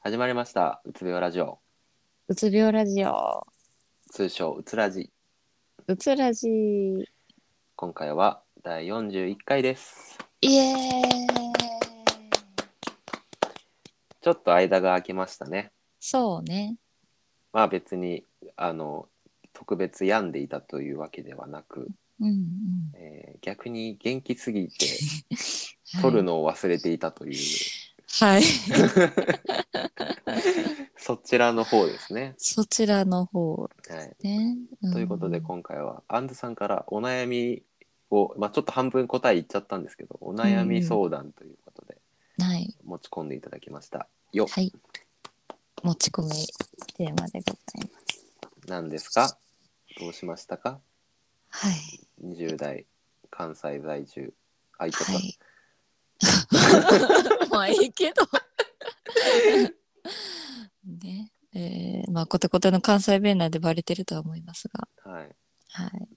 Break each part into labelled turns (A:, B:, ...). A: 始まりましたうつ病ラジオ
B: うつ病ラジオ。
A: 通称うつラジ
B: うつラジ。イ
A: 今回は第41回です
B: エーイ。
A: ちょっと間が空きましたね
B: そうね。
A: まあ別にあの特別病んでいたというわけではなく、
B: うんうん。
A: えー逆に元気すぎて
B: はい
A: 撮る。のを忘れていたという、
B: はい。
A: そちらの方ですね、
B: そちらの方
A: はい、
B: ね。ん
A: ということで今回はアンズさんからお悩みを、まあ、ちょっと半分答え言っちゃったんですけどお悩み相談ということで
B: はい。
A: 持ち込んでいただきましたよ、
B: はい。持ち込みテーマでございま
A: 何ですかどうしましたか
B: す。はい。
A: 20代関西在住あいとか、
B: はい。まあい いけど。ね。えー、まあコテコテの関西弁なんでバレてるとは思いますが。
A: はい
B: はい。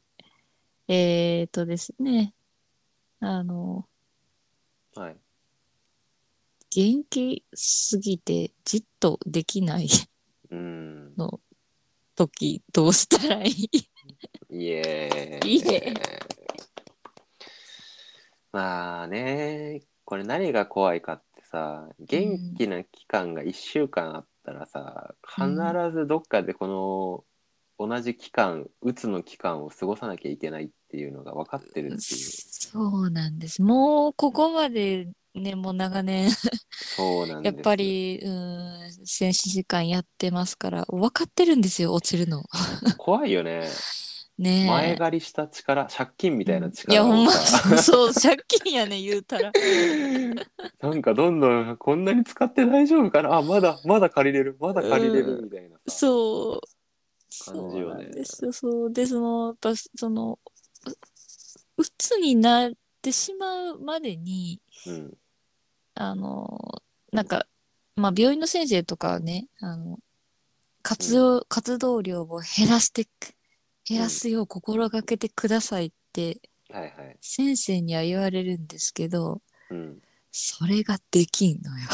B: えー、っとですね。あの、
A: はい
B: 元気すぎてじっとできないう
A: ーん
B: の時どうしたらいい
A: イエー
B: イエ
A: まあねこれ何が怖いかってさ元気な期間が1週間あったらさ、
B: うん
A: 必ずどっかでこの同じ期間うつの期間を過ごさなきゃいけないっていうのが分かってるっていう
B: そうなんです。もうここまでね、もう長年、
A: そうなんで
B: や
A: す
B: っぱり、うん、戦士時間やってますから、分かってるんですよ、落ちるの。
A: 怖いよね
B: ねえ。
A: 前借りした力借金みたいな力
B: うんいや、ほん
A: を
B: ま、
A: さ
B: そう、借金やね、言うたら。
A: なんかどんどんこんなに使って大丈夫かなあまだまだ借りれるまだ借りれるみたいなさ
B: そう。
A: 感じよね
B: そうなんですよ。そうで、その、やっぱ、その、ううつになってしまうまでに、
A: うん
B: あの、なんか、まあ、病院の先生とかはね、あの、活動、活動量を減らしてく、減らすよう心がけてくださいって、
A: はいはい
B: 先生には言われるんですけど、
A: うん
B: それができんのよ。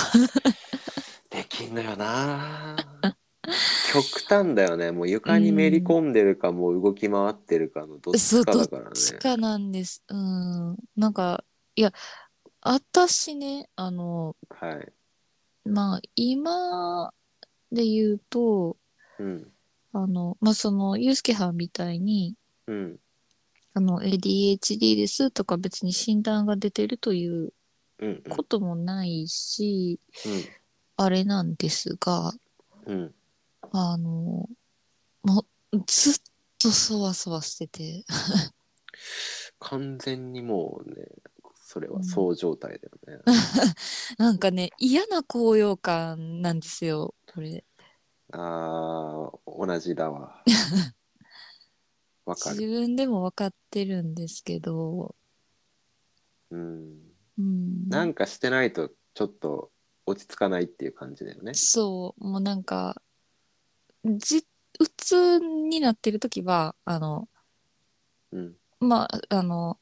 A: できんのよな極端だよねもう床にめり込んでるか、もう動き回ってるかのどっ
B: そ
A: ち
B: う、
A: かだ
B: どっ
A: からね
B: ちかなんです。うん。なんか、いや、私ね、あの、
A: はい
B: まあ、今で言うと、
A: うん
B: あの、まあ、その、ユースケはんみたいに、
A: うん
B: あの、ADHD ですとか別に診断が出てるという
A: うん
B: こともないし、あれなんですが、
A: うんうん
B: あの、もう、ずっとそわそわしてて、
A: 完全にもうねそれはそう状態だよね、
B: なんかね、嫌な高揚感なんですよ、これ。
A: あー同じだ わわか
B: 自
A: る
B: 分でも分かってるんですけど、
A: うん
B: うん、
A: なんかしてないとちょっと落ち着かないっていう感じだよね
B: そうもうなんかじうつになってる時はあの
A: うん
B: まああの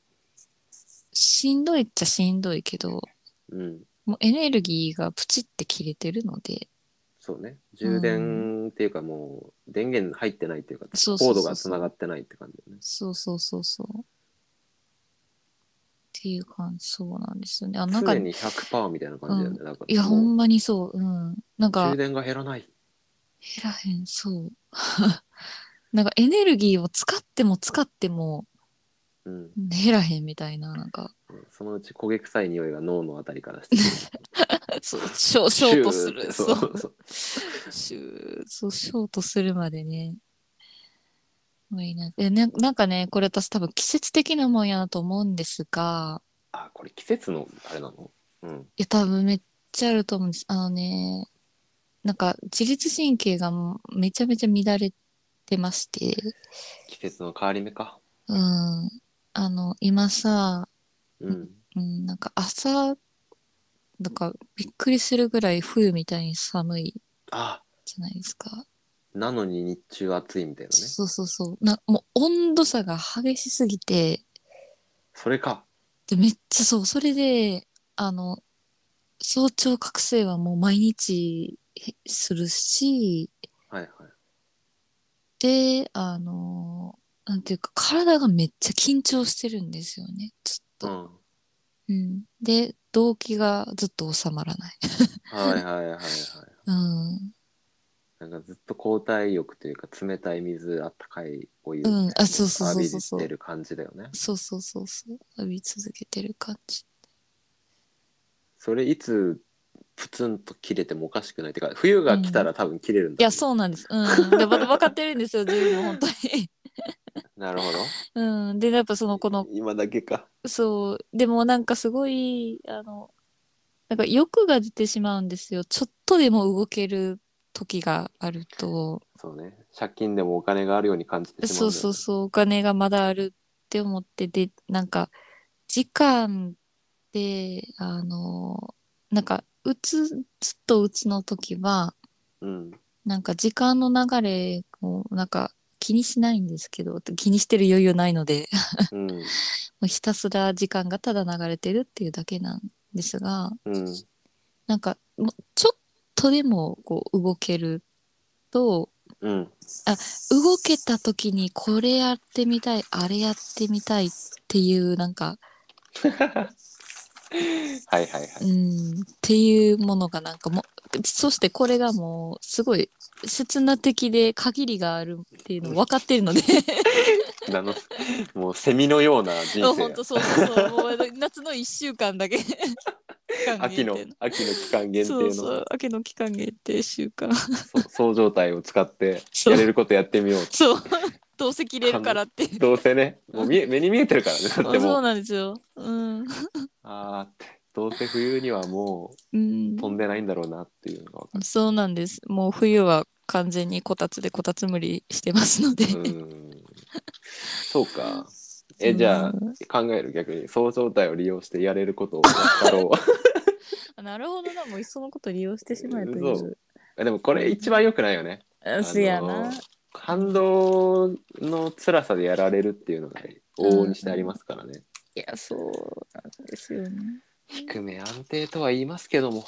B: しんどいっちゃしんどいけど
A: うん
B: もうエネルギーがプチって切れてるので
A: そうね充電っていうかもう電源入ってないっていうか
B: そう
A: コ
B: そ
A: ー
B: うそ
A: ドが
B: うそう
A: つながってないって感じだよね
B: そうそうそうそうっていう感じそうなんですよねあなんか
A: 常
B: い
A: に100%みたいな感じだよね、なんか
B: やほ
A: もうん
B: まにそううんなんか
A: 充電が減らない
B: 減らへん、そう。 なんかエネルギーを使っても使っても
A: うん
B: 減らへんみたいな、なんか、
A: そのうち焦げ臭い匂いが脳のあたりから してくる
B: そう、ショショートす
A: シューって
B: る。
A: そ
B: そうう、
A: そう
B: シューそう、ショートするまでね。もういいな。え、ね、なんかね、これ私多分季節的なもんやなと思うんですが、
A: あこれ季節のあれなのうん
B: いや、多分めっちゃあると思うんです。あのね、なんか自律神経がもうめちゃめちゃ乱れてまして、
A: 季節の変わり目か
B: うん。あの、今さ、
A: うん
B: うん、なんか朝、なんかびっくりするぐらい冬みたいに寒い
A: あ
B: じゃないですか。
A: なのに日中暑いみたいなね
B: そうそうそう。なもう温度差が激しすぎて、
A: それか
B: でめっちゃそう、それで、あの、早朝覚醒はもう毎日へするし、
A: はいはい。
B: で、あの、なんていうか、体がめっちゃ緊張してるんですよね、ずっ
A: う
B: と。
A: ん。
B: うん。で、動悸がずっと収まらない。
A: はいはい はいはい。
B: うん。
A: なんかずっと交代浴というか冷たい水あったかいお湯
B: うんあそうそうそうそうそ
A: 浴び
B: う
A: てる感じだよね。
B: そうそうそうそう。浴び続けてる感じ。
A: それいつプツンと切れてもおかしくないってか冬が来たら多分切れるんだ、
B: いや、そうなんです。うん。で、わかってるんですよ、自分も本当に。
A: う。なるほど。
B: うん。で、やっぱその、この、
A: 今だけか。
B: そう、でもなんかすごい、あの、なんか欲が出てしまうんですよ。ちょっとでも動ける時があると、
A: そうね。借金でもお金があるように感じてしま
B: そううん
A: だよね、
B: そうそう、お金がまだあるって思って、で、なんか、時間で、あの、なんか、うつ、ずっとうつの時は、
A: うん。
B: なんか時間の流れを、なんか気にしないんですけど、気にしてる余裕ないので、
A: うん。
B: もうひたすら時間がただ流れてるっていうだけなんですが、
A: うん。
B: なんかもうちょっとでもこう動けると
A: うん。
B: 動けた時にこれやってみたいあれやってみたいっていうなんか
A: はいはいは
B: う
A: い。
B: んっていうものがなんかもうそしてこれがもうすごい刹那的で限りがあるっていうのを分かってるので
A: あの、もうセミのような人
B: もう
A: 生
B: 本。当そうそうそうもう夏の1週間だけ期 間
A: 秋の
B: 限定、
A: 秋の期間限定
B: そ
A: の
B: うそう秋の期間限定 週間
A: そうそう状態を使って
B: そう
A: やれることやってみよう。
B: そう どうせ切れるからって
A: どうせね、もう見え目に見えてるからね、だって
B: そ
A: も
B: う
A: う。
B: なんですよ。うん。
A: あーって、どうせ冬にはも
B: うん
A: う、飛んでないんだろうなっていうのが分か
B: そうなんです。もう冬は完全にこたつでこたつ無理してますので。
A: る。うーん。そうか。え、じ ゃあ
B: うん
A: 考える逆に、そう状態を利用してやれることをやったろう。
B: なるほどな、もういっそのこと利用してしまえとい
A: そう
B: う。
A: あでもこれ一番良くないよね。
B: あそや
A: あ
B: な
A: の。反動の辛さでやられるっていうのがね往々にしてありますからね。
B: いや、そうなんですよね。
A: 低め安定とは言いますけども。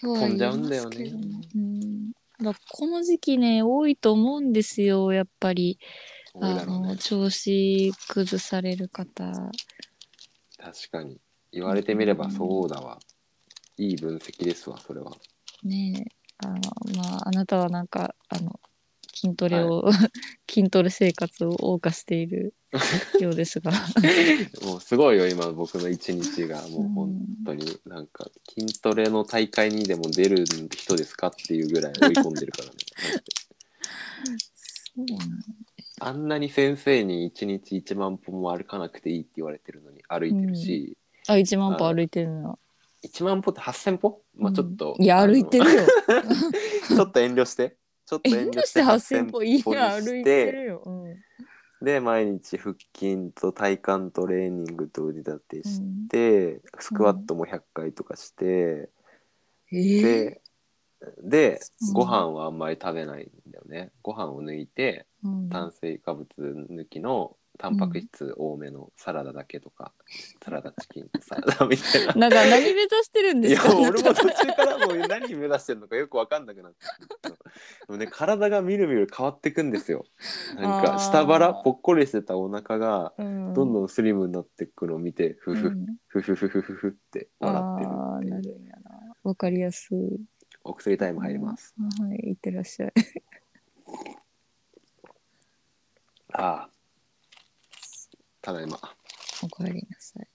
B: とは
A: 飛
B: 言います
A: んじゃうんだよね
B: けどうん。だからこの時期ね、多いと思うんですよ、やっぱり。
A: 多いだろう
B: あの、
A: ね。
B: 調子崩される方。
A: 確かに。言われてみればそうだわ。いい分析ですわ、それは。
B: ねえあのまああなたはなんかあの筋トレを、 筋トレ生活を謳歌しているようです が
A: もうすごいよ、今僕の一日が。もう本当になんか筋トレの大会にでも出る人ですかっていうぐらい追い込んでるからね。 だって
B: そうなん
A: あんなに先生に一日1万歩も歩かなくていいって言われてるのに歩いてるし、
B: あ1万歩歩いてるの
A: 1万歩って8,000歩まあちょっと、
B: うんいや
A: あの
B: 歩いてるよ
A: ちょっと遠慮して。ちょっと
B: 遠慮して8,000歩いや
A: にして
B: 歩いてるよ、うん
A: で毎日腹筋と体幹トレーニングと腕立てし
B: うん
A: て、スクワットも100回とかして、
B: えー
A: でで
B: うん
A: ご飯はあんまり食べないんだよねご飯を抜いて
B: うん
A: 炭水化物抜きのタンパク質多めのサラダだけとか、サラダチキンサラダみたいな。
B: なんか何目指してるん
A: い
B: です
A: や
B: か
A: 俺も途中からもう何目指してるのかよく分かんなくなってきたでもね体がみるみる変わってくんですよなんか下腹
B: あー
A: ぽっこりしてたお腹が
B: うん
A: どんどんスリムになっていくのを見て、ふ
B: う
A: ふ
B: ん
A: ふふふふふふって笑ってる
B: あ
A: っ
B: あ
A: てい
B: な
A: う
B: るんやなわかりやすい
A: お薬タイム入ります、
B: はいいってらっしゃい
A: ああただいま
B: おかえりなさい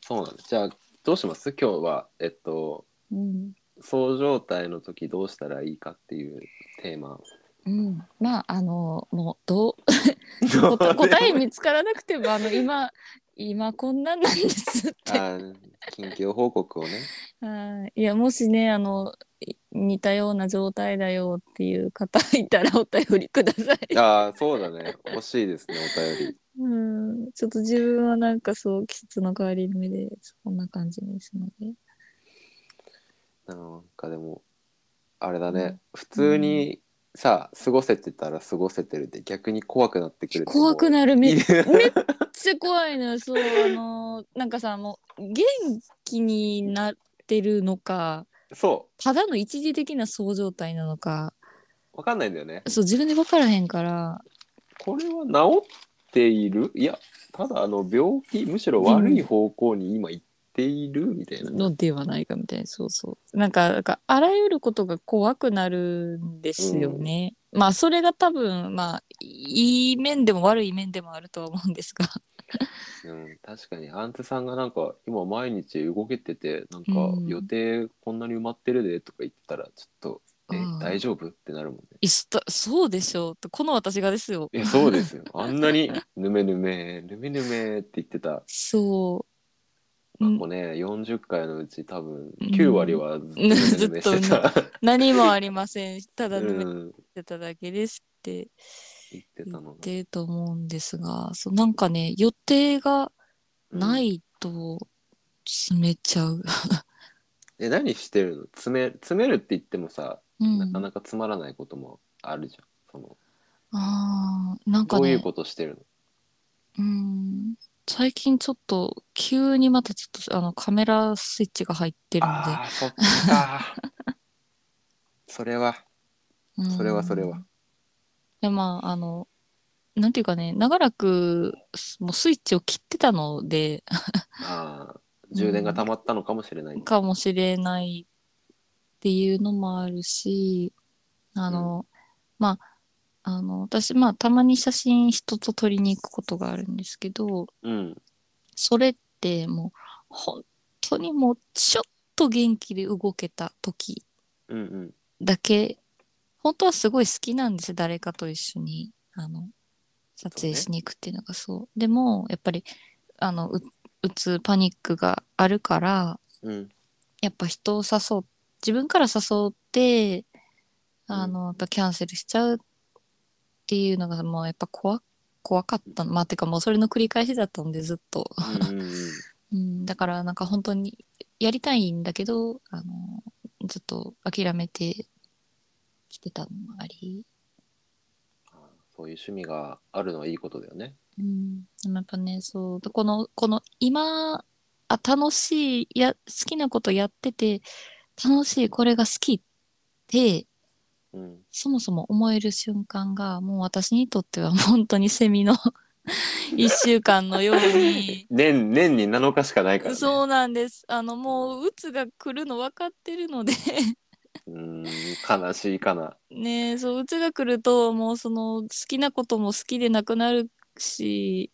A: そうなんですじゃあどうします今日はえっと
B: うん
A: そう状態の時どうしたらいいかっていうテーマ
B: うん、まああのもうどう答答え見つからなくてもあの今今こんなんなんですって
A: あー緊急報告をね
B: はいいやもしねあのい似たような状態だよっていう方いたらお便りください。
A: ああそうだね欲しいですねお便り
B: うん、ちょっと自分はなんかそう季節の変わり目でこんな感じですので。
A: なんかでもあれだね、
B: うん
A: 普通にさ過ごせてたら過ごせてるで逆に怖くなってくる
B: 怖くなる
A: い
B: めっ
A: いね
B: ちゃ怖いの よそうあのなんかさもう元気になってるのか
A: そ
B: ただの一時的なそう状態なのか
A: うわかんないんだよね
B: そう自分で分からへんから
A: これは治っているいやただあの病気むしろ悪い方向に今行っている、みたいな
B: のではないかみたいなそうそうなんかなんかあらゆることが怖くなるんですよね、まあそれが多分まあいい面でも悪い面でもあるとは思うんですが、
A: うん、確かにアンツさんがなんか今毎日動けててなんか
B: うん
A: 予定こんなに埋まってるでとか言ってたらちょっと、え
B: うん
A: 大丈夫ってなるもんね
B: いそそうでしょうってこの私がですよ
A: いやそうです よあんなにぬめぬめぬめぬめって言ってた
B: そうん
A: 過去ね40回のうち多分
B: うん
A: 9割はずっとぬめぬめして
B: ずっと
A: た、
B: 何もありませんただ
A: う
B: 飲め
A: ん、
B: てただけですって
A: 言って
B: 言
A: た
B: っ
A: のが
B: てると思うんですがそうなんかね予定が
A: う
B: な、
A: ん
B: いと詰めちゃう、
A: え何してるの詰め詰めるって言ってもさ
B: うん、
A: なかなかつまらないこともあるじゃん、その
B: あーなんか
A: どうい
B: ね
A: うことしてる
B: うん最近ちょっと急にまたちょっとあのカメラスイッチが入って
A: の
B: るんで
A: ああーそっ かそれは
B: うん
A: それはそれは
B: でまああのなんていうかね長らくすもうスイッチを切ってたので
A: ああ充電が溜まったのかもしれない、
B: かもしれないっていうのもあるしあの、まああの私まあたまに写真人と撮りに行くことがあるんですけど
A: うん
B: それってもう本当にもうちょっと元気で動けた時
A: うんうん
B: だけ本当はすごい好きなんです誰かと一緒にあの撮影しに行くっていうのがそうでもやっぱりあのううつパニックがあるから
A: うん
B: やっぱ人を誘う自分から誘ってあのやっぱキャンセルしちゃうっていうのがもうやっぱ怖怖かったまあてかもうそれの繰り返しだったんでずっと、
A: うんうん
B: うん、だからなんか本当にやりたいんだけどあのずっと諦めてきてたのもあり、
A: そういう趣味があるのはいいことだよね
B: うん、でもやっぱねそうでこのこの今あ楽しいいや好きなことやってて楽しいこれが好きって
A: うん
B: そもそも思える瞬間がもう私にとっては本当にセミの 一週間のように
A: 年年に7日しかないから、ね、
B: そうなんですあのもう鬱が来るの分かってるので
A: うん悲しいかな
B: ねえそう鬱が来るともうその好きなことも好きでなくなるし、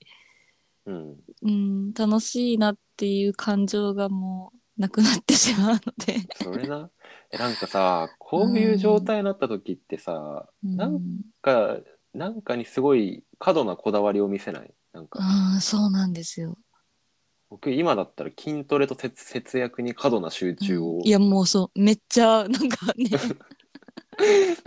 A: うん
B: うん、楽しいなっていう感情がもうなくなってしまうので、
A: それなえなんかさこういう状態になった時ってさ、
B: うん、
A: なんかなんかにすごい過度なこだわりを見せないなんか
B: ああそうなんですよ、
A: 僕今だったら筋トレと節節約に過度な集中を、
B: いやもうそうめっちゃなんか ね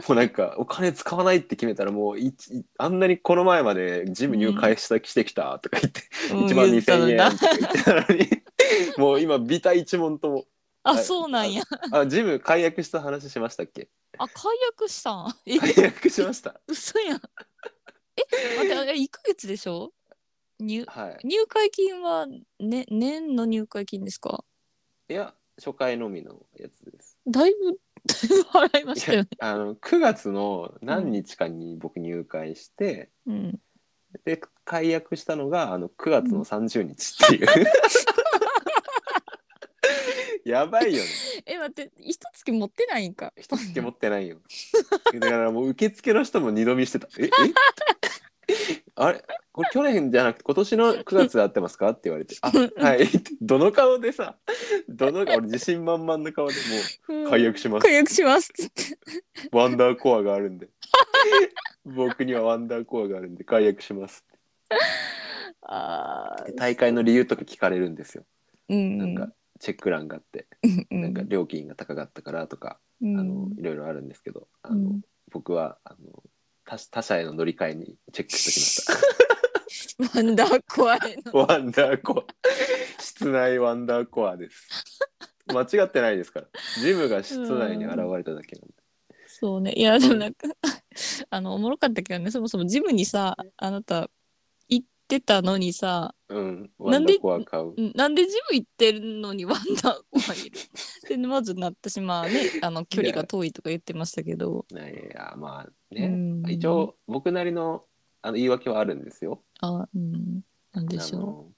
A: もうなんかお金使わないって決めたらもういいあんなにこの前までジム入会した、してきたとか言って1万
B: うん
A: 2,000
B: 言った
A: 円と
B: んだ
A: か言ってたのに もう今ビタ一問とも
B: あそうなんや
A: あジム解約した話しましたっ け
B: あ解約したん え
A: 解約しました
B: 嘘やんえ待ってあれ1ヶ月でしょ入
A: はい
B: 入会金は、ね、年の入会金ですか
A: いや初回のみのやつです
B: だいぶだいぶ払いました
A: い
B: よ
A: や
B: ね、
A: あの9月の何日かに僕入会して、
B: うん
A: で解約したのがあの9月の30日っていう、 やばいよね
B: え待って一月持ってないんか
A: 一つけ持ってないよだからもう受付の人も二度見してた「ええあれこれ去年じゃなくて今年の9月で会ってますか?」って言われて「あはい」ってどの顔でさどの俺自信満々の顔でもう「解約します
B: 解約 しますっつって
A: ワンダーコアがあるんで僕にはワンダーコアがあるんで解約します」
B: あ
A: って
B: ー
A: 大会の理由とか聞かれるんですよ
B: うん
A: なんかチェック欄があって
B: な
A: なんか料金が高かったからとかあ
B: あ
A: のいろいろあるんですけどあ
B: う
A: の
B: ん
A: 僕はあの他他社への乗り換えにチェックしてきまし
B: なんだ怖いの
A: たワンダーコア室内ワンダーコアです間違ってないですからジムが室内に現れただけなんで
B: そうねいやでもなんか あのおもろかったけどねそもそもジムにさあなた行ってたのにさ
A: うん。ワ
B: なん
A: ンダ
B: で
A: コア買う。
B: うんなんでジム行ってるのにワンダーコアいるでまずなってしまうねあの距離が遠いとか言ってましたけど、
A: いや、まあ
B: う
A: ね。
B: ん
A: 一応、僕なりのあの言い訳はあるんですよ。
B: あ、うん、なんでし
A: あ
B: ょ
A: の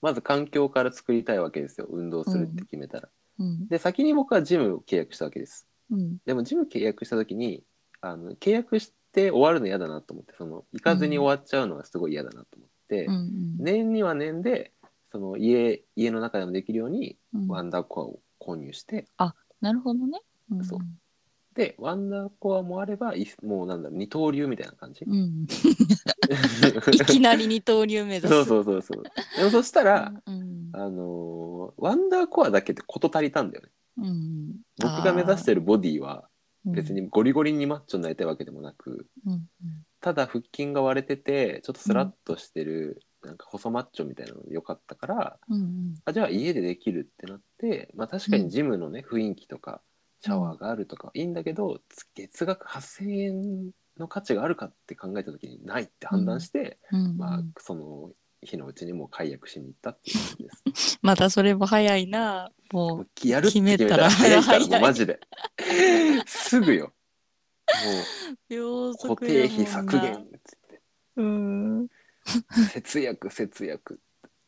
A: まず環境から作りたいわけですよ。運動するって決めたら。
B: う、うん
A: で、先に僕はジムを契約したわけです。
B: うん
A: でもジム契約した時にあの契約して終わるの嫌だなと思ってその行かずに終わっちゃうのはすごい嫌だなと思って、
B: うんうん
A: 年には年でその家家の中でもできるように
B: うん
A: ワンダーコアを購入して、
B: なるほどね、うん、
A: そうでワンダーコアもあればいもうなんだろう二刀流みたいな感じ。
B: うん いきなり二刀流目指す
A: そうそうそうそうでもそしたら、
B: うん
A: あのーワンダーコアだけで事足りたんだよね
B: うん、
A: 僕が目指してるボディは
B: あー
A: 別にゴリゴリにマッチョになりたいわけでもなく、
B: うんうん
A: ただ腹筋が割れててちょっとスラッとしてる、なんか細マッチョみたいなのでよかったから
B: うんうん
A: あじゃあ家でできるってなって、まあ、確かにジムのね、雰囲気とかシャワーがあるとかいいんだけど、月額8,000円の価値があるかって考えた時にないって判断して、
B: うんうん
A: まあ、その日のうちにもう解約しに行ったっていう感じです。
B: またそれも早いなも
A: も
B: う
A: うやるって決めたら
B: 決
A: 早
B: め
A: いからら
B: た
A: もうマジですぐよ。
B: 秒
A: もう固
B: 速
A: 定
B: やもんな
A: 費削減っつって。
B: うん
A: 節約節約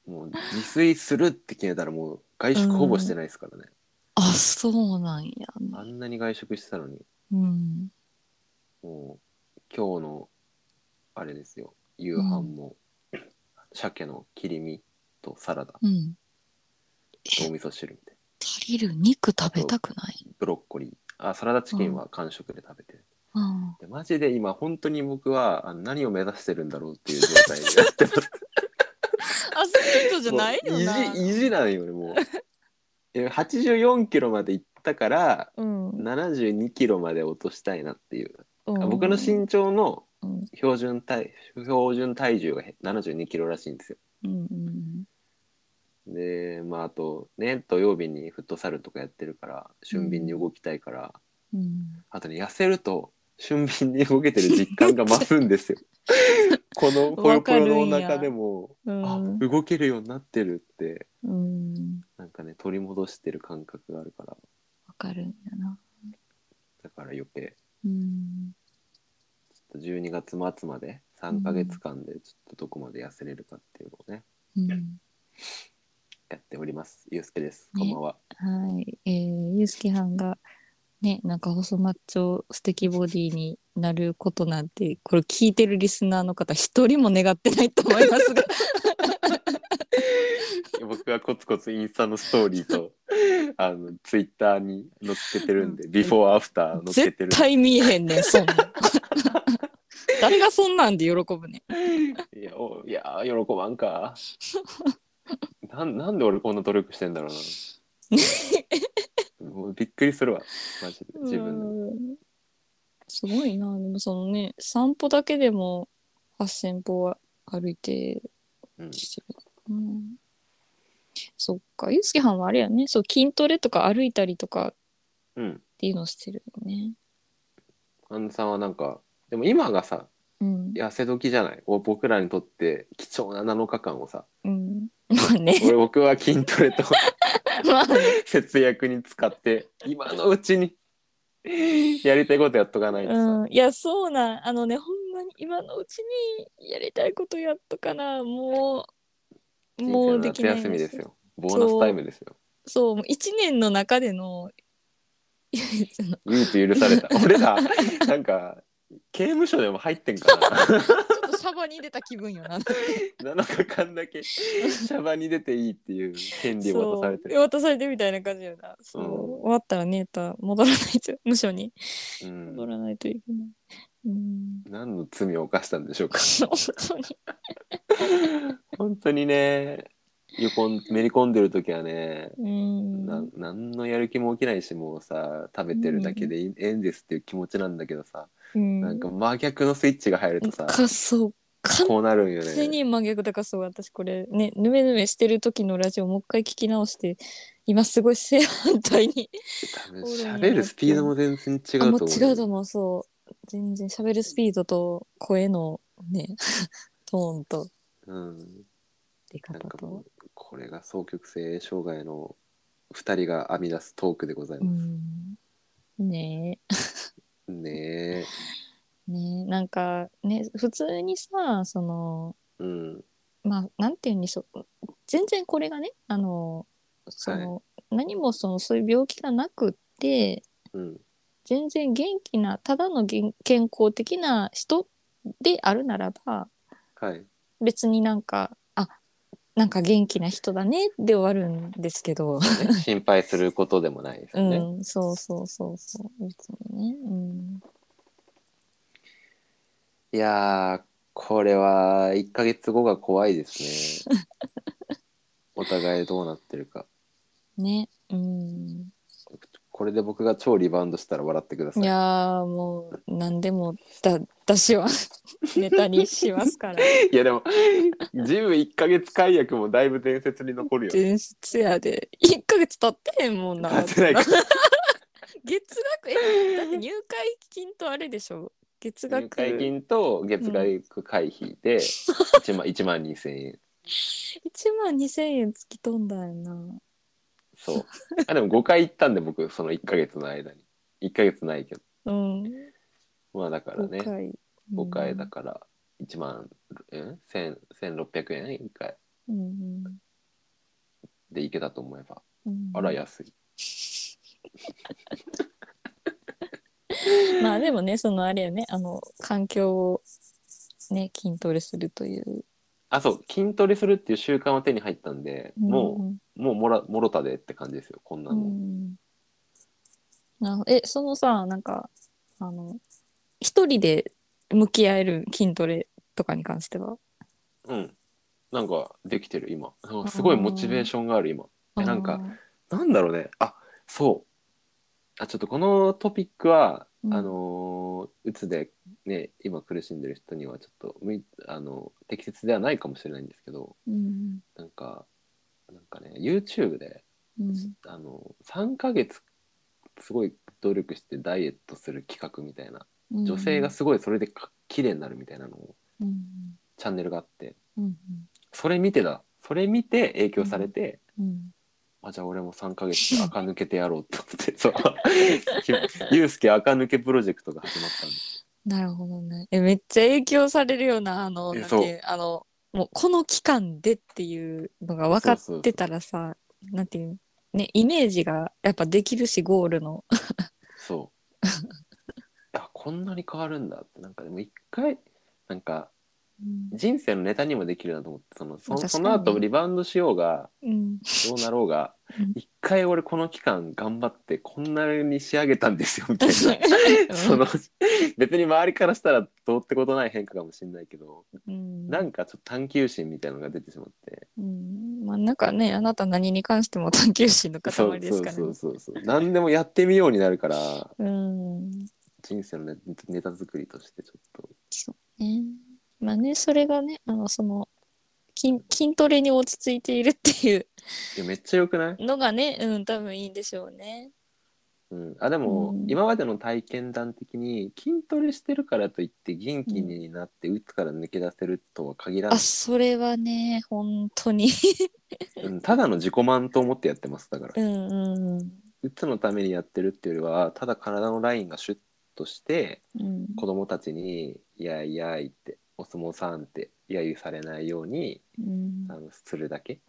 A: もう自炊するって決めたらもう外食ほぼしてないですからね、
B: あそうなんや
A: あ
B: な、
A: んなに外食してたのに
B: うん、
A: もう今日のあれですよ夕飯も、鮭の切り身とサラダと
B: うん、
A: お味噌汁みたい
B: 足りる肉食べたくない、
A: なブロッコリーあサラダチキンは完食で食べてる、
B: うん、
A: でマジで今本当に僕はあの何を目指してるんだろう っていう状態になってます
B: アスリートじゃないよな
A: もう意地意地なんよねもうえ84キロまで行ったから
B: うん
A: 72キロまで落としたいなっていう、
B: うん
A: 僕の身長の
B: うん
A: 標準体標準体重がへ72キロらしいんですよ
B: うんうん
A: でまああとね土曜日にフットサルとかやってるから俊敏に動きたいから、
B: うん
A: あとね痩せると俊敏に動けてる実感が増すんです よこのポロポロのお腹でも、
B: うん
A: あ動けるようになってるって
B: うん
A: なんかね取り戻してる感覚があるから
B: わかるんやな
A: だから余計
B: うん
A: ちょっと12月末まで3ヶ月間でちょっとどこまで痩せれるかっていうのをね、
B: うん
A: やっております。ゆうすけです。
B: ね
A: こんばんは。
B: はい、えー、ゆうすけはんがねなんか細マッチョ素敵ボディになることなんてこれ聞いてるリスナーの方一人も願ってないと思い ますが
A: 僕はコツコツインスタのストーリー とあのツイッターに載っけてるんで、ビフォーアフター載っけて
B: 絶
A: る。
B: 対見えへんねんそ んなん誰がそんなんで喜ぶね
A: いやおいやー喜ばん か。なんなんで俺こんな努力してんだろ うな。もうびっくりするわ。マジで
B: ん
A: 自分でも。
B: うんすごいなでもそのね散歩だけでも8,000歩は歩いて
A: うん
B: してるうん、そっかゆうすけはんはあれやねそう筋トレとか歩いたりとか
A: うん。
B: っていうのをしてるよね。
A: アンさんはなんかでも今がさ
B: うん。
A: 痩せ時じゃない。お僕らにとって貴重な7日間をさ。
B: うん、まあね。
A: 俺僕は筋トレと。
B: まあね。
A: 節約に使って今のう ちにやりたいことやっとかないとさ、
B: うん、いやそうなんあのねほんまに今のうちにやりたいことやっとかなもう
A: 人
B: も
A: 生の
B: うで
A: 夏
B: きない
A: 休みですよボーナスタイムですよ
B: そうもう1年の中での いやその
A: グーと許され た俺らなんか刑務所でも入ってんか
B: ちょっとシャバに出た気分よ な
A: な7日間だけシャバに出ていいっていう権利を渡されてる
B: そう渡されてみたいな感じよなそう、
A: うん
B: 終わったらねえと戻らない と無所に
A: う、
B: 戻
A: ん、
B: らないといけない うん
A: 何の罪を犯したんでしょうか
B: 本当に
A: 本当にね横んめり込んでる時はね
B: うん
A: な何のやる気も起きないしもうさ食べてるだけでいいええんですっていう気持ちなんだけどさ、
B: うん
A: なんか真逆のスイッチが入るとさ、
B: かそう完
A: こうなるんよ
B: 完全
A: ね。
B: に真逆だからそう私これねヌメヌメしてる時のラジオもう一回聞き直して今すごい正反対に
A: 多分喋るスピードも全然違う
B: あ
A: と
B: も
A: 思
B: う
A: う。
B: 違うと思うそう全然喋 るスピードと声のねトーンと
A: うん。
B: 出
A: なん
B: 方
A: か
B: と
A: も。うこれが双極性障害の2人が編み出すトークでございうます。
B: ん。ね
A: ねえ。
B: え、ねえ、なんかね、普通にさ、その、
A: うん。
B: まあ、なんていうんでしょう。全然これがね、あの、その、何もその、そういう病気がなくって、
A: うん。
B: 全然元気な、ただの元健康的な人であるならば、
A: はい。
B: 別になんか、あ、なんか元気な人だねで終わるんですけ ど。
A: ね心配することでもないです
B: う
A: よね。
B: ん、そうそうそうそう。別にね。うん。
A: いやー、これは1ヶ月後が怖いですね。お互いどうなってるか。
B: ね。うん。
A: これで僕が超リバウンドしたら笑ってくださ
B: い
A: い。
B: やーもう何でもだ私 はネタにしますから
A: いやでも、ジム1ヶ月解約もだいぶ伝説に残るよね。
B: 伝説やで1ヶ月経ってへんもん な
A: 経ってないか
B: 月額えだって入会金とあれでしょ月
A: 入
B: 額
A: 会
B: 1
A: 金と月額会費で1万 ,1 万2,000円
B: 万2000円突き飛んだよな
A: そうあでも5回行ったんで僕その1ヶ月の間に1ヶ月ないけど
B: うん
A: まあだから
B: 5
A: ね
B: 回
A: 5回だから1万円1000 1600円1回
B: らうんうん
A: で行けたと思えば
B: うん
A: あら安い
B: まあでもねそのあれよねあの環境をね筋トレするという
A: あそう筋トレするっていう習慣は手に入ったんでもうもうもらもろたでって感じですよこんな
B: う
A: の、
B: んなるほどえそのさなんかあの一人で向き合える筋トレとかに関しては
A: うんなんかできてる今なんかすごいモチベーションがある今えなんか
B: あー
A: なんだろうね。あ、そう。あ、ちょっとこのトピックは、
B: うん
A: あのー、うつでね、今苦しんでる人にはちょっとむい、あの、適切ではないかもしれないんですけど、
B: うん
A: なんか、なんかね、YouTube で、
B: うん
A: あの、3ヶ月、すごい努力してダイエットする企画みたいな、
B: うん
A: 女性がすごいそれでか綺麗になるみたいなのを、
B: うん
A: チャンネルがあって、
B: うん
A: それ見てだ、それ見て影響されて、
B: うん
A: あじゃあ俺も3ヶ月で垢抜けてやろうと思ってそう ゆうすけ垢抜けプロジェクトが始まったんです
B: なるほどねえめっちゃ影響されるよなあの
A: え
B: なんていうあのもうこの期間でっていうのが分か
A: そうそ
B: っ
A: う
B: てたらさなんていうねイメージがやっぱできるしゴールの
A: そう あこんなに変わるんだってなんかでも一回なんか人生のネタにもできるなと思ってそのそ
B: 確かに
A: その後リバウンドしようが
B: うん
A: どうなろうが
B: うん
A: 一回俺この期間頑張ってこんなに仕上げたんですよみた いなその別に周りからしたらどうってことない変化かもしれないけど
B: うん
A: なんかちょっと探求心みたいなのが出てしまって。
B: うんまあなんかねあなた何に関しても探求心の塊ですから
A: そ
B: ね
A: う。そうそうそう何でもやってみようになるから
B: うん
A: 人生のネネタ作りとしてちょっと
B: そうね。まあねそれがねあのその筋筋トレに落ち着いているっていう
A: いやめっちゃ良くない、
B: のがねうん多分いいんでしょうね。
A: うん、あでも、
B: うん
A: 今までの体験談的に筋トレしてるからといって元気になってうつから抜け出せるとは限らな
B: あ
A: い、
B: それはね本当に
A: うん、ただの自己満と思ってやってますだから
B: うんうんうん
A: うつのためにやってるっていうよりはただ体のラインがシュッとして
B: うん
A: 子供たちに「いやいやい」って「お相撲さん」って揶揄されないように
B: うん
A: あのするだけ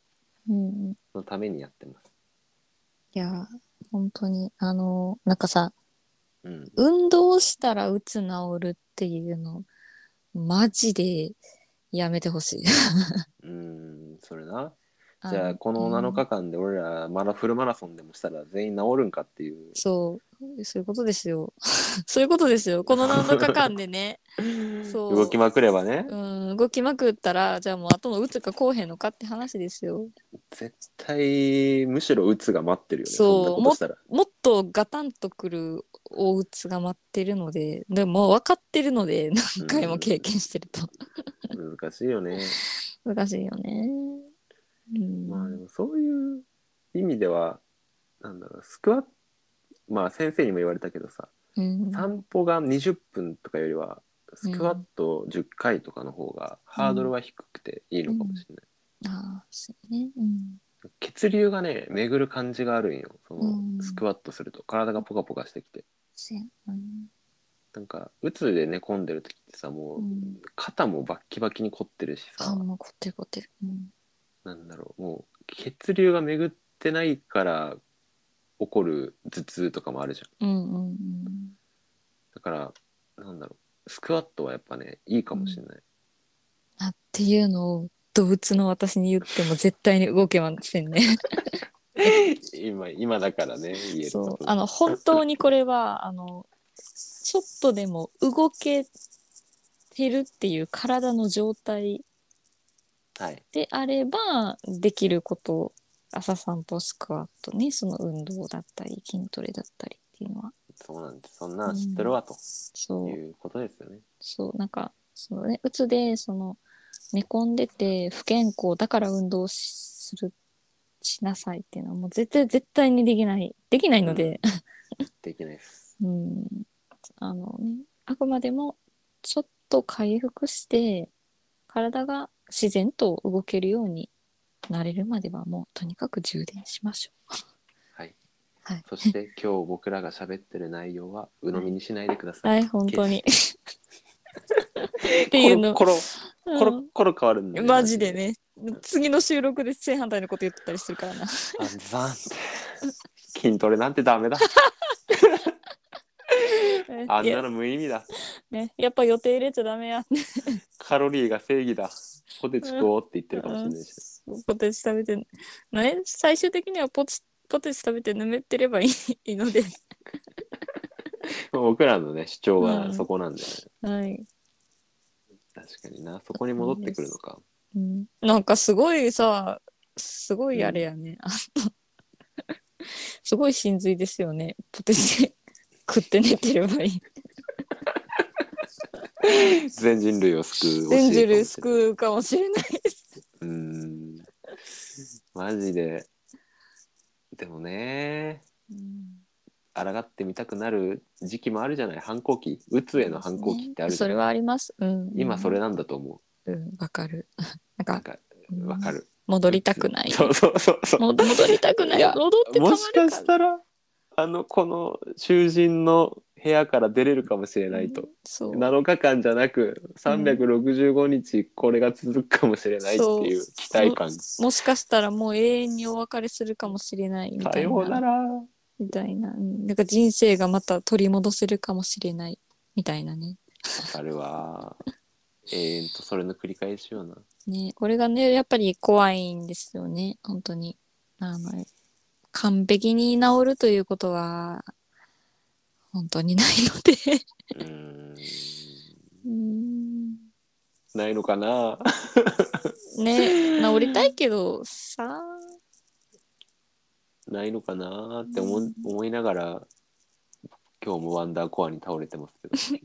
B: うん
A: のためにやってます。
B: いや本当にあのなんかさ
A: うん、
B: 運動したらうつ治るっていうのマジでやめてほしい。
A: うんそれな
B: あ
A: じゃあこの
B: うん
A: 7日間で俺らまだフルマラソンでもしたら全員治るんかっていう
B: そう、そういうことですよ。そういうことですよ。この7日間でね、そう
A: 動きまくればね
B: うん、動きまくったら、じゃあもう後の鬱かこうへんのかって話ですよ。
A: 絶対むしろうつが待ってるよね
B: そうん
A: なことしたら
B: もっとガタンとくる大鬱が待ってるので、でももう分かってるので、何回も経験してると
A: 難しいよね
B: 難しいよね。うん、
A: まあでもそういう意味ではなんだろうスクワットまあ先生にも言われたけどさ
B: うん、
A: 散歩が20分とかよりはスクワット10回とかの方がハードルは低くていいのかもしれない、
B: ああ、そうね。うん。
A: 血流がね巡る感じがあるんよその、
B: うん
A: スクワットすると体がポカポカしてきて
B: そうや。うん。
A: なんかうつで寝込んでる時ってさもう、
B: うん
A: 肩もバッキバキに凝ってるし
B: あ、
A: さ
B: もうこってるこってる。うん。
A: なんだろうもう血流が巡ってないから起こる頭痛とかもあるじゃん
B: うんうんうん。
A: だからなんだろうスクワットはやっぱねいいかもしれない、
B: あっていうのを動物の私に言っても絶対に動けませんね。
A: 今今だからね言える
B: そ
A: こ
B: う。
A: と
B: あの、本当にこれは、あの、ちょっとでも動けてるっていう体の状態
A: はい
B: であればできること朝散歩スクワットねその運動だったり筋トレだったりっていうのは
A: そうなんですそんなん知ってるわと
B: そう
A: いうことですよね、
B: そうなんかそのねうつでその寝込んでて不健康だから運動しするしなさいっていうのはもう絶対絶対にできないできないので、
A: できないです
B: うんあのねあくまでもちょっと回復して体が自然と動けるようになれるまではもうとにかく充電しましょう。
A: はい、
B: はい
A: そ して今日僕らが喋ってる内容は鵜呑みにしないでください、
B: はい、本当に。 っていうの。
A: コロ
B: う
A: コロ
B: ん
A: コロコロ変わるんだよ
B: マジでね。次の収録で正反対のこと言ってたりするから な。
A: あんさんって 筋トレなんてダメだあ
B: い
A: んな
B: や
A: の無意味だ
B: ね、やっぱ予定入れちゃダメや。
A: カロリーが正義だポテチ食おうって言ってるかもしれないし、
B: ポテチ食べて、ね、最終的にはポチポテチ食べてぬめってればいいいいので。
A: 僕らのね主張はそこなんで、ね
B: はい。
A: 確かになそこに戻ってくるのか
B: うんなんかすごいさ、すごいあれやね。あのすごい真髄ですよね。ポ テチ食って寝てればいい。
A: 全人類を救う
B: 全人類
A: う
B: 救うかもしれない。
A: うーんマジででもね抗ってみたくなる時期もあるじゃない反抗期うつへの反抗期ってあるじ
B: そ
A: ゃ
B: れ
A: ない、
B: はあります。うん、
A: 今それなんだと思
B: うん、わかる。 なん
A: うなん
B: か
A: かわかる
B: 戻りたくない。
A: そうそうそうそう
B: もう戻りたくないい。
A: や
B: 戻ってたま
A: も
B: る
A: し
B: か
A: かしたらあのこの囚人の部屋から出れるかもしれないと、
B: そう。
A: 7日間じゃなく365日これが続くかもしれないっていう期待感
B: もしかしたらもう永遠にお別れするかもしれないみた
A: さ
B: い
A: ような
B: な。
A: ら
B: みたいな。うんなんか人生がまた取り戻せるかもしれない。みたいなね。
A: あるわ永遠とそれの繰り返しような
B: ね、これがね、やっぱり怖いんですよね。本当に。あの、完璧に治るということは、本当にないので。
A: うーん
B: うん
A: ないのかな
B: ね治りたいけどさあ
A: ないのかなって思う思いながら今日もワンダーコアに倒れてますけ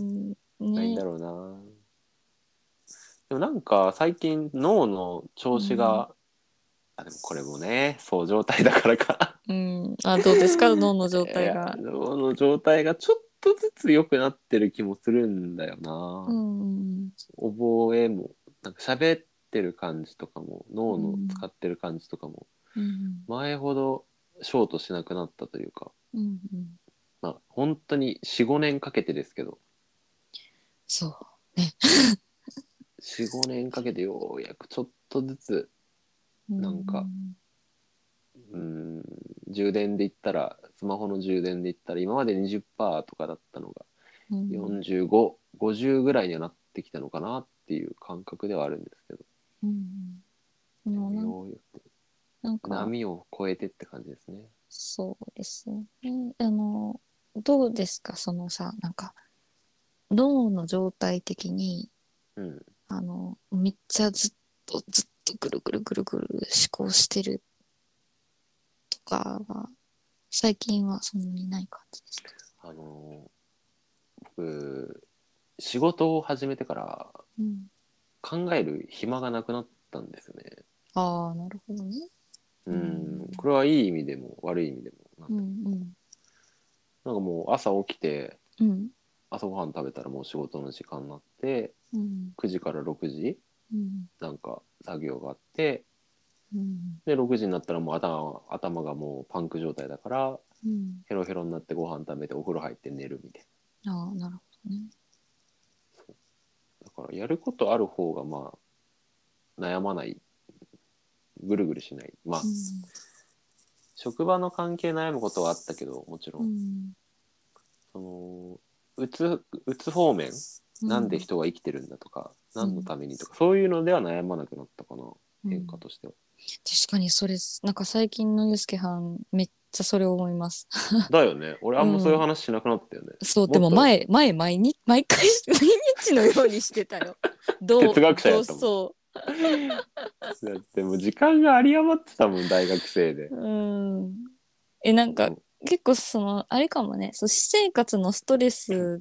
A: ど
B: うん
A: ないん
B: ね
A: だろうな。でもなんか最近脳の調子が、あでもこれもねそう状態だからか。
B: うんあどうです か脳の状
A: い
B: 態
A: や
B: が
A: 脳の状態がちょっとずつ良くなってる気もするんだよ
B: う
A: な。
B: ん
A: 覚えもなんか喋ってる感じとかも脳の使ってる感じとかも、
B: うん
A: 前ほどショートしなくなったというか、
B: うん
A: まあ、本当に45年かけてですけど
B: そう
A: 45年かけてようやくちょっとずつ
B: う
A: なんかうん充電で言ったらスマホの充電で言ったら今まで20%とかだったのが
B: うん
A: 4550ぐらいにはなってきたのかなっていう感覚ではあるんですけど、
B: うんでもなん
A: ようや
B: なん
A: く
B: か
A: 波を越えてって感じですね。
B: そうですねあのどうですかそのさなんか脳の状態的に
A: うん、
B: あのめっちゃずっとずっとぐるぐるぐるぐる思考してるとかは最近はそんなにない感じですか、
A: あのー僕仕事を始めてから
B: うん、
A: 考える暇がなくなったんですよね。
B: ああなるほどね。
A: うん、これはいい意味でも悪い意味でもなんか
B: うんうん
A: なんかもう朝起きて
B: うん
A: 朝ごはん食べたらもう仕事の時間になって
B: うん
A: 9時から6時
B: うん
A: なんか作業があって
B: うん
A: で6時になったらもう頭頭がもうパンク状態だから
B: うん
A: ヘロヘロになってご飯食べてお風呂入って寝るみたい
B: ああなるほどね
A: なだからやることある方がまあ悩まないぐるぐるしないまあ職場の関係悩むことはあったけどもちろ
B: うんん
A: そのうつうつ方面
B: う
A: なんで人が生きてるんだとか、何のためにとかそういうのでは悩まなくなったかな変化
B: うん
A: としては、
B: 確かにそれなんか最近のユースケはんめっちゃそれ思います
A: だよね俺あんまそういう話しなくなったよね、
B: そう
A: もっと
B: でも前前毎日毎回 毎日のようにしてた よどう
A: 哲学者やったもん
B: ど
A: だってもう時間が有り余ってたもん大学生で
B: うそううんえなんか結構そのあれかもねそう私生活のストレス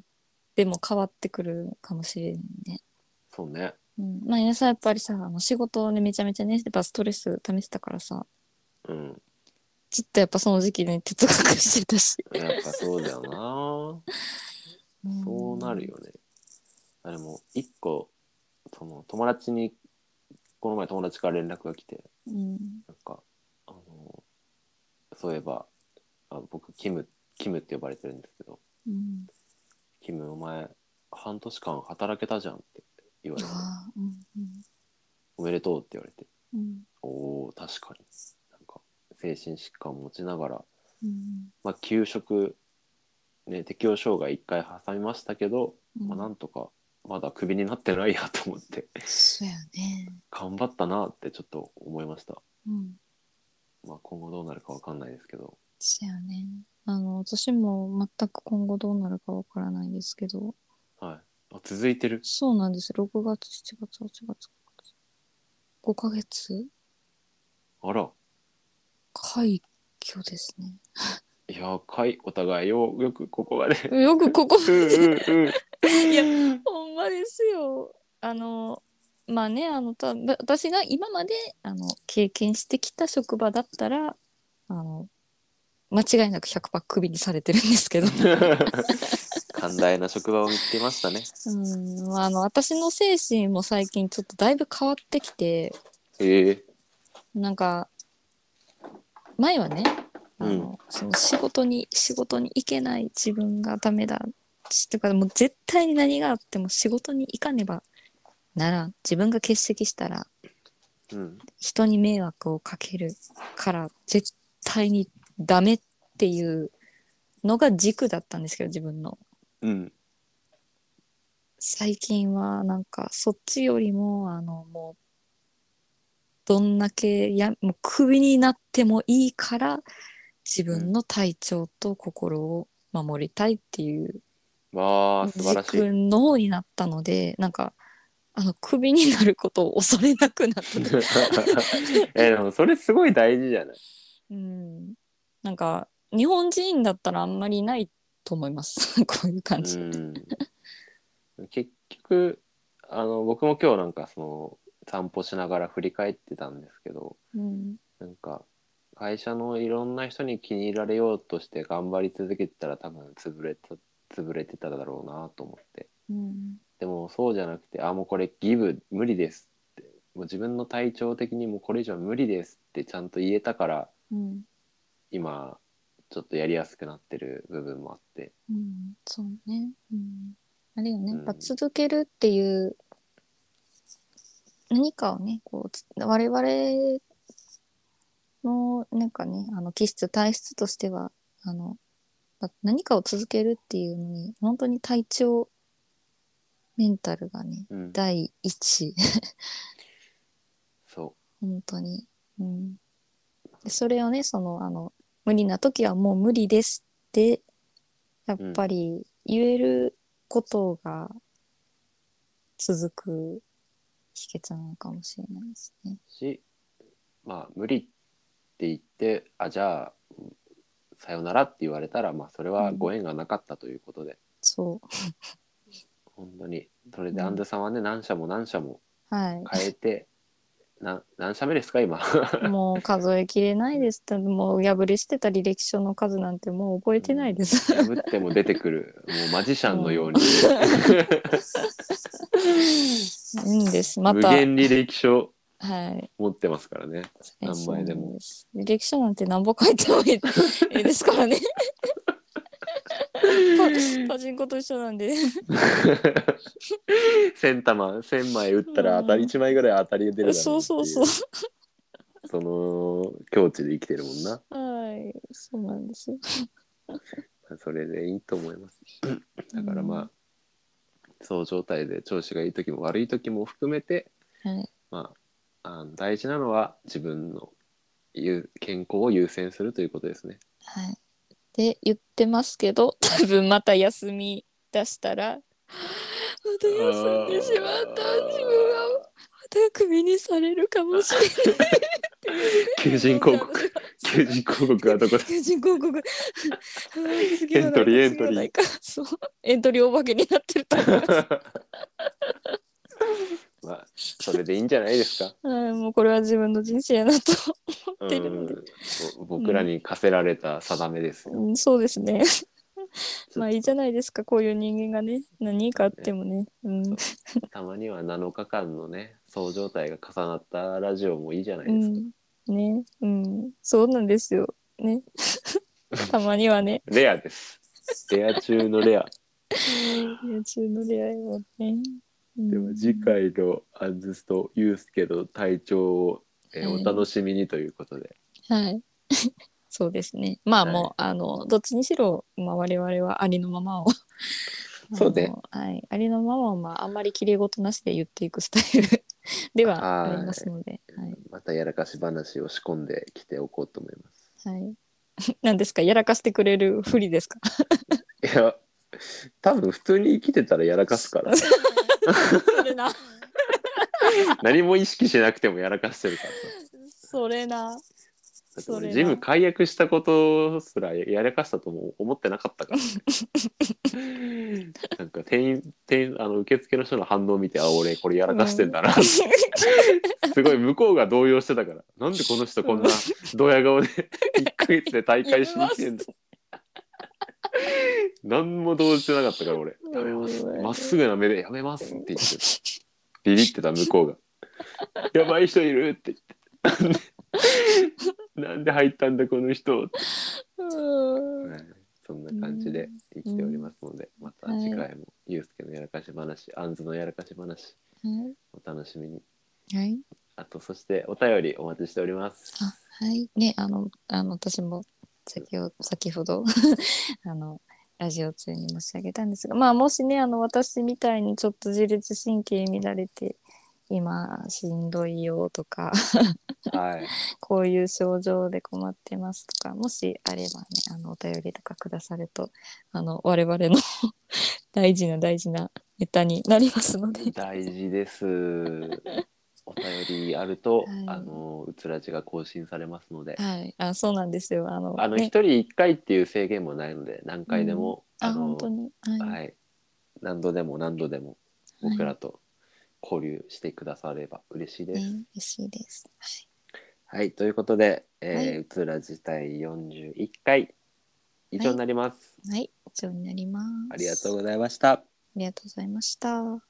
B: でも変わってくるかもしれないね。
A: そうね
B: うん、まあ皆さんやっぱりさあの仕事をねめちゃめちゃねやっぱストレス溜めてたからさ
A: うん
B: ずっとやっぱその時期に哲学してたし。
A: やっぱそうだよなそうなる
B: よ。
A: よねあでも一個その友達にこの前友達から連絡が来て
B: うん
A: なんかあのそういえばあ僕キムキムって呼ばれてるんですけど
B: うん、
A: 「キムお前半年間働けたじゃん」って言 われて
B: ああうん
A: 「おめでとう」って言われて
B: うんうん
A: 「おお確かに」なんか精神疾患を持ちながら
B: うん
A: まあ、休職、ね、適応障害1回挟みましたけど、
B: うん
A: まあ、なんとかまだクビになってないやと思って
B: そうやね。
A: 頑張ったなってちょっと思いました、
B: うん
A: まあ、今後どうなるかわかんないですけど
B: そうやね。あの私も全く今後どうなるかわからないですけど
A: はいあ続いてる
B: そうなんです6月7月8月5ヶ月
A: あら
B: 快挙です ね。
A: いやーかいお互いよよくここまで
B: よくこ こ
A: うんうんうん
B: いや ほんまですよ。あのまあねあのた私が今まであの経験してきた職場だったらあの間違いなく100パークビにされてるんで すけど、
A: 寛大な職場を見つけましたね
B: うんまああの私の精神も最近ちょっとだいぶ変わってきて
A: ええ
B: なんか前はねあの、
A: うん
B: その仕事に仕事に行けない自分がダメだしてかもう絶対に何があっても仕事に行かねばならん自分が欠席したら
A: うん
B: 人に迷惑をかけるから絶対にダメっていうのが軸だったんですけど自分の
A: うん
B: 最近はなんかそっちよりもあのもうどんだけやもうクビになってもいいから自分の体調と心を守りたいっていう
A: わあ素晴らし
B: 軸
A: い
B: の方になったのでなんかあのクビになることを恐れなくなった。
A: えでもそれすごい大事じゃない
B: うん、なんか日本人だったらあんまりないと思いますこういう感じ。
A: うん、結局あの僕も今日なんかその散歩しながら振り返ってたんですけど
B: うん
A: なんか会社のいろんな人に気に入られようとして頑張り続けてたら多分潰れた潰れてただろうなと思って
B: うん
A: でもそうじゃなくてあもうこれギブ無理ですってもう自分の体調的にもうこれ以上無理ですってちゃんと言えたから
B: うん
A: 今ちょっとやりやすくなってる部分もあって
B: うん、そうね、うん、あれよね
A: うん
B: やっぱ続けるっていう何かをねこうつ我々のなんかねあの気質体質としてはあのま何かを続けるっていうのに本当に体調メンタルがね
A: うん
B: 第一
A: そ
B: 本当に。うん、でそれをねそのあの無理な時はもう無理ですってやっぱり言えることが続く秘訣なのかもしれないですね。
A: うしまあ無理って言ってあじゃあさよならって言われたら、まあ、それはご縁がなかったということで、
B: そう
A: 本当にそれで
B: う ん
A: アンズさんはね、何社も何社も
B: はい、
A: 変えてな何社目ですか今
B: もう数えきれないですってもう破り捨てた履歴書の数なんてもう覚えてないです。
A: 破っても出てくるもうマジシャンのように、
B: い いんです。ま
A: 無
B: た。
A: 限履歴書
B: はい。
A: 持ってますからね 何枚でも
B: そうなんす。履歴書なんて何ぼ書い てもいいいいですからね。パパチンコと一緒なんで。
A: 千玉千枚打ったら当たり一枚ぐらい当たり出るだろってい
B: そうそうそう。
A: その境地で生きてるもんな
B: はい。そうなんですよ。
A: それでいいと思いますだからまあ、
B: うん
A: そう状態で調子がいい時も悪い時も含めて、
B: はい
A: まああの大事なのは自分の優健康を優先するということ ですね
B: はい。って言ってますけど、多分また休み出したら、また休んでしまった自分はまたクビにされるかもし れない。
A: 求人広 告求人広告はどこだ
B: 求人広告。次
A: エントリーエントリー
B: はないか次はないかそう。エントリーお化けになってると思う。
A: まあそれでいいんじゃないですか
B: はい、もうこれは自分の人生やなと思ってるので。
A: うんぼ僕らに課せられた定めですよ、
B: うん、そうですね。まあいいじゃ
A: ない
B: ないですか、こういう人間がね、何かあってもね。うん、
A: たまには7日間のねそう状態が重なったラジオもいいじゃな
B: う
A: いですか、
B: ん、ね、うん、そうなんですよ。 ね。たまにはね、
A: レアですレア中のレア
B: 野中の出会いはね。うん
A: では次回のアンズスとユースケの体調を、えー
B: はい
A: お楽しみにということで、
B: はい。 そうですね。まあ
A: はい
B: もう、あの、どっちにしろ、まあ、我々はありのまま を。
A: そうね
B: あのはい。ありのままを、まあ、あんまりきれい事なしで言っていくスタイルではありますので。はい。
A: またやらかし話を仕込んできておこうと思いま
B: はい。 何ですかやらかしてくれるふり ですか
A: すいや多分普通に生きてたらやらかすから
B: それな。
A: 何も意識しなくてもやらかしてるからさ
B: それな。
A: だって俺
B: それな
A: ジム解約したことすらやらかしたとも思ってなかったからね、 なんか店員店員あの受付の人の反応見てあ俺これやらかしてんだな、すごい向こうが動揺してたからなんでこの人こんなドヤ顔で1ヶ月で大会しに来てんだ何も動じてなかったから俺やめます
B: うん
A: まっすぐな目でやめますって言ってビビってた向こうが「やばい人いる」って言って「なんでなんで入ったんだこの人」って
B: うん
A: はいそんな感じで生きておりますので、また次回もゆうすけのやらかし話、あんずのやらかし話、お楽しみに。
B: はい。
A: あと、そしてお便りお待ちしております。
B: あはい。ね、あの、あの、私も先ほ、先ほど、 あの、ラジオ中に申し上げたんですが、まあ、もしね、あの、私みたいにちょっと自律神経乱れて、今、しんどいよとか、
A: はい。
B: こういう症状で困ってますとか、もしあればね、あの、お便りとかくださると、あの、我々の 大事な大事なネタになりま すので、
A: 大事 です。お便りあると、
B: はい
A: あの、うつらじが更新されますので。
B: はい。あ、そうなんですよ。あの、
A: あの、一
B: ね、
A: 人一回っていう制限もないので、何回でも、
B: あ、
A: の
B: 本、当に。はい。
A: はい。何度でも何度でも、僕らと交流してくだされば嬉しいです。
B: ね、嬉しいです。はい
A: はい、ということで、えー
B: はいう
A: つら自体41回以上になります、
B: はい、以上になります。
A: ありがとう
B: あ
A: ございました。
B: りがとうございました。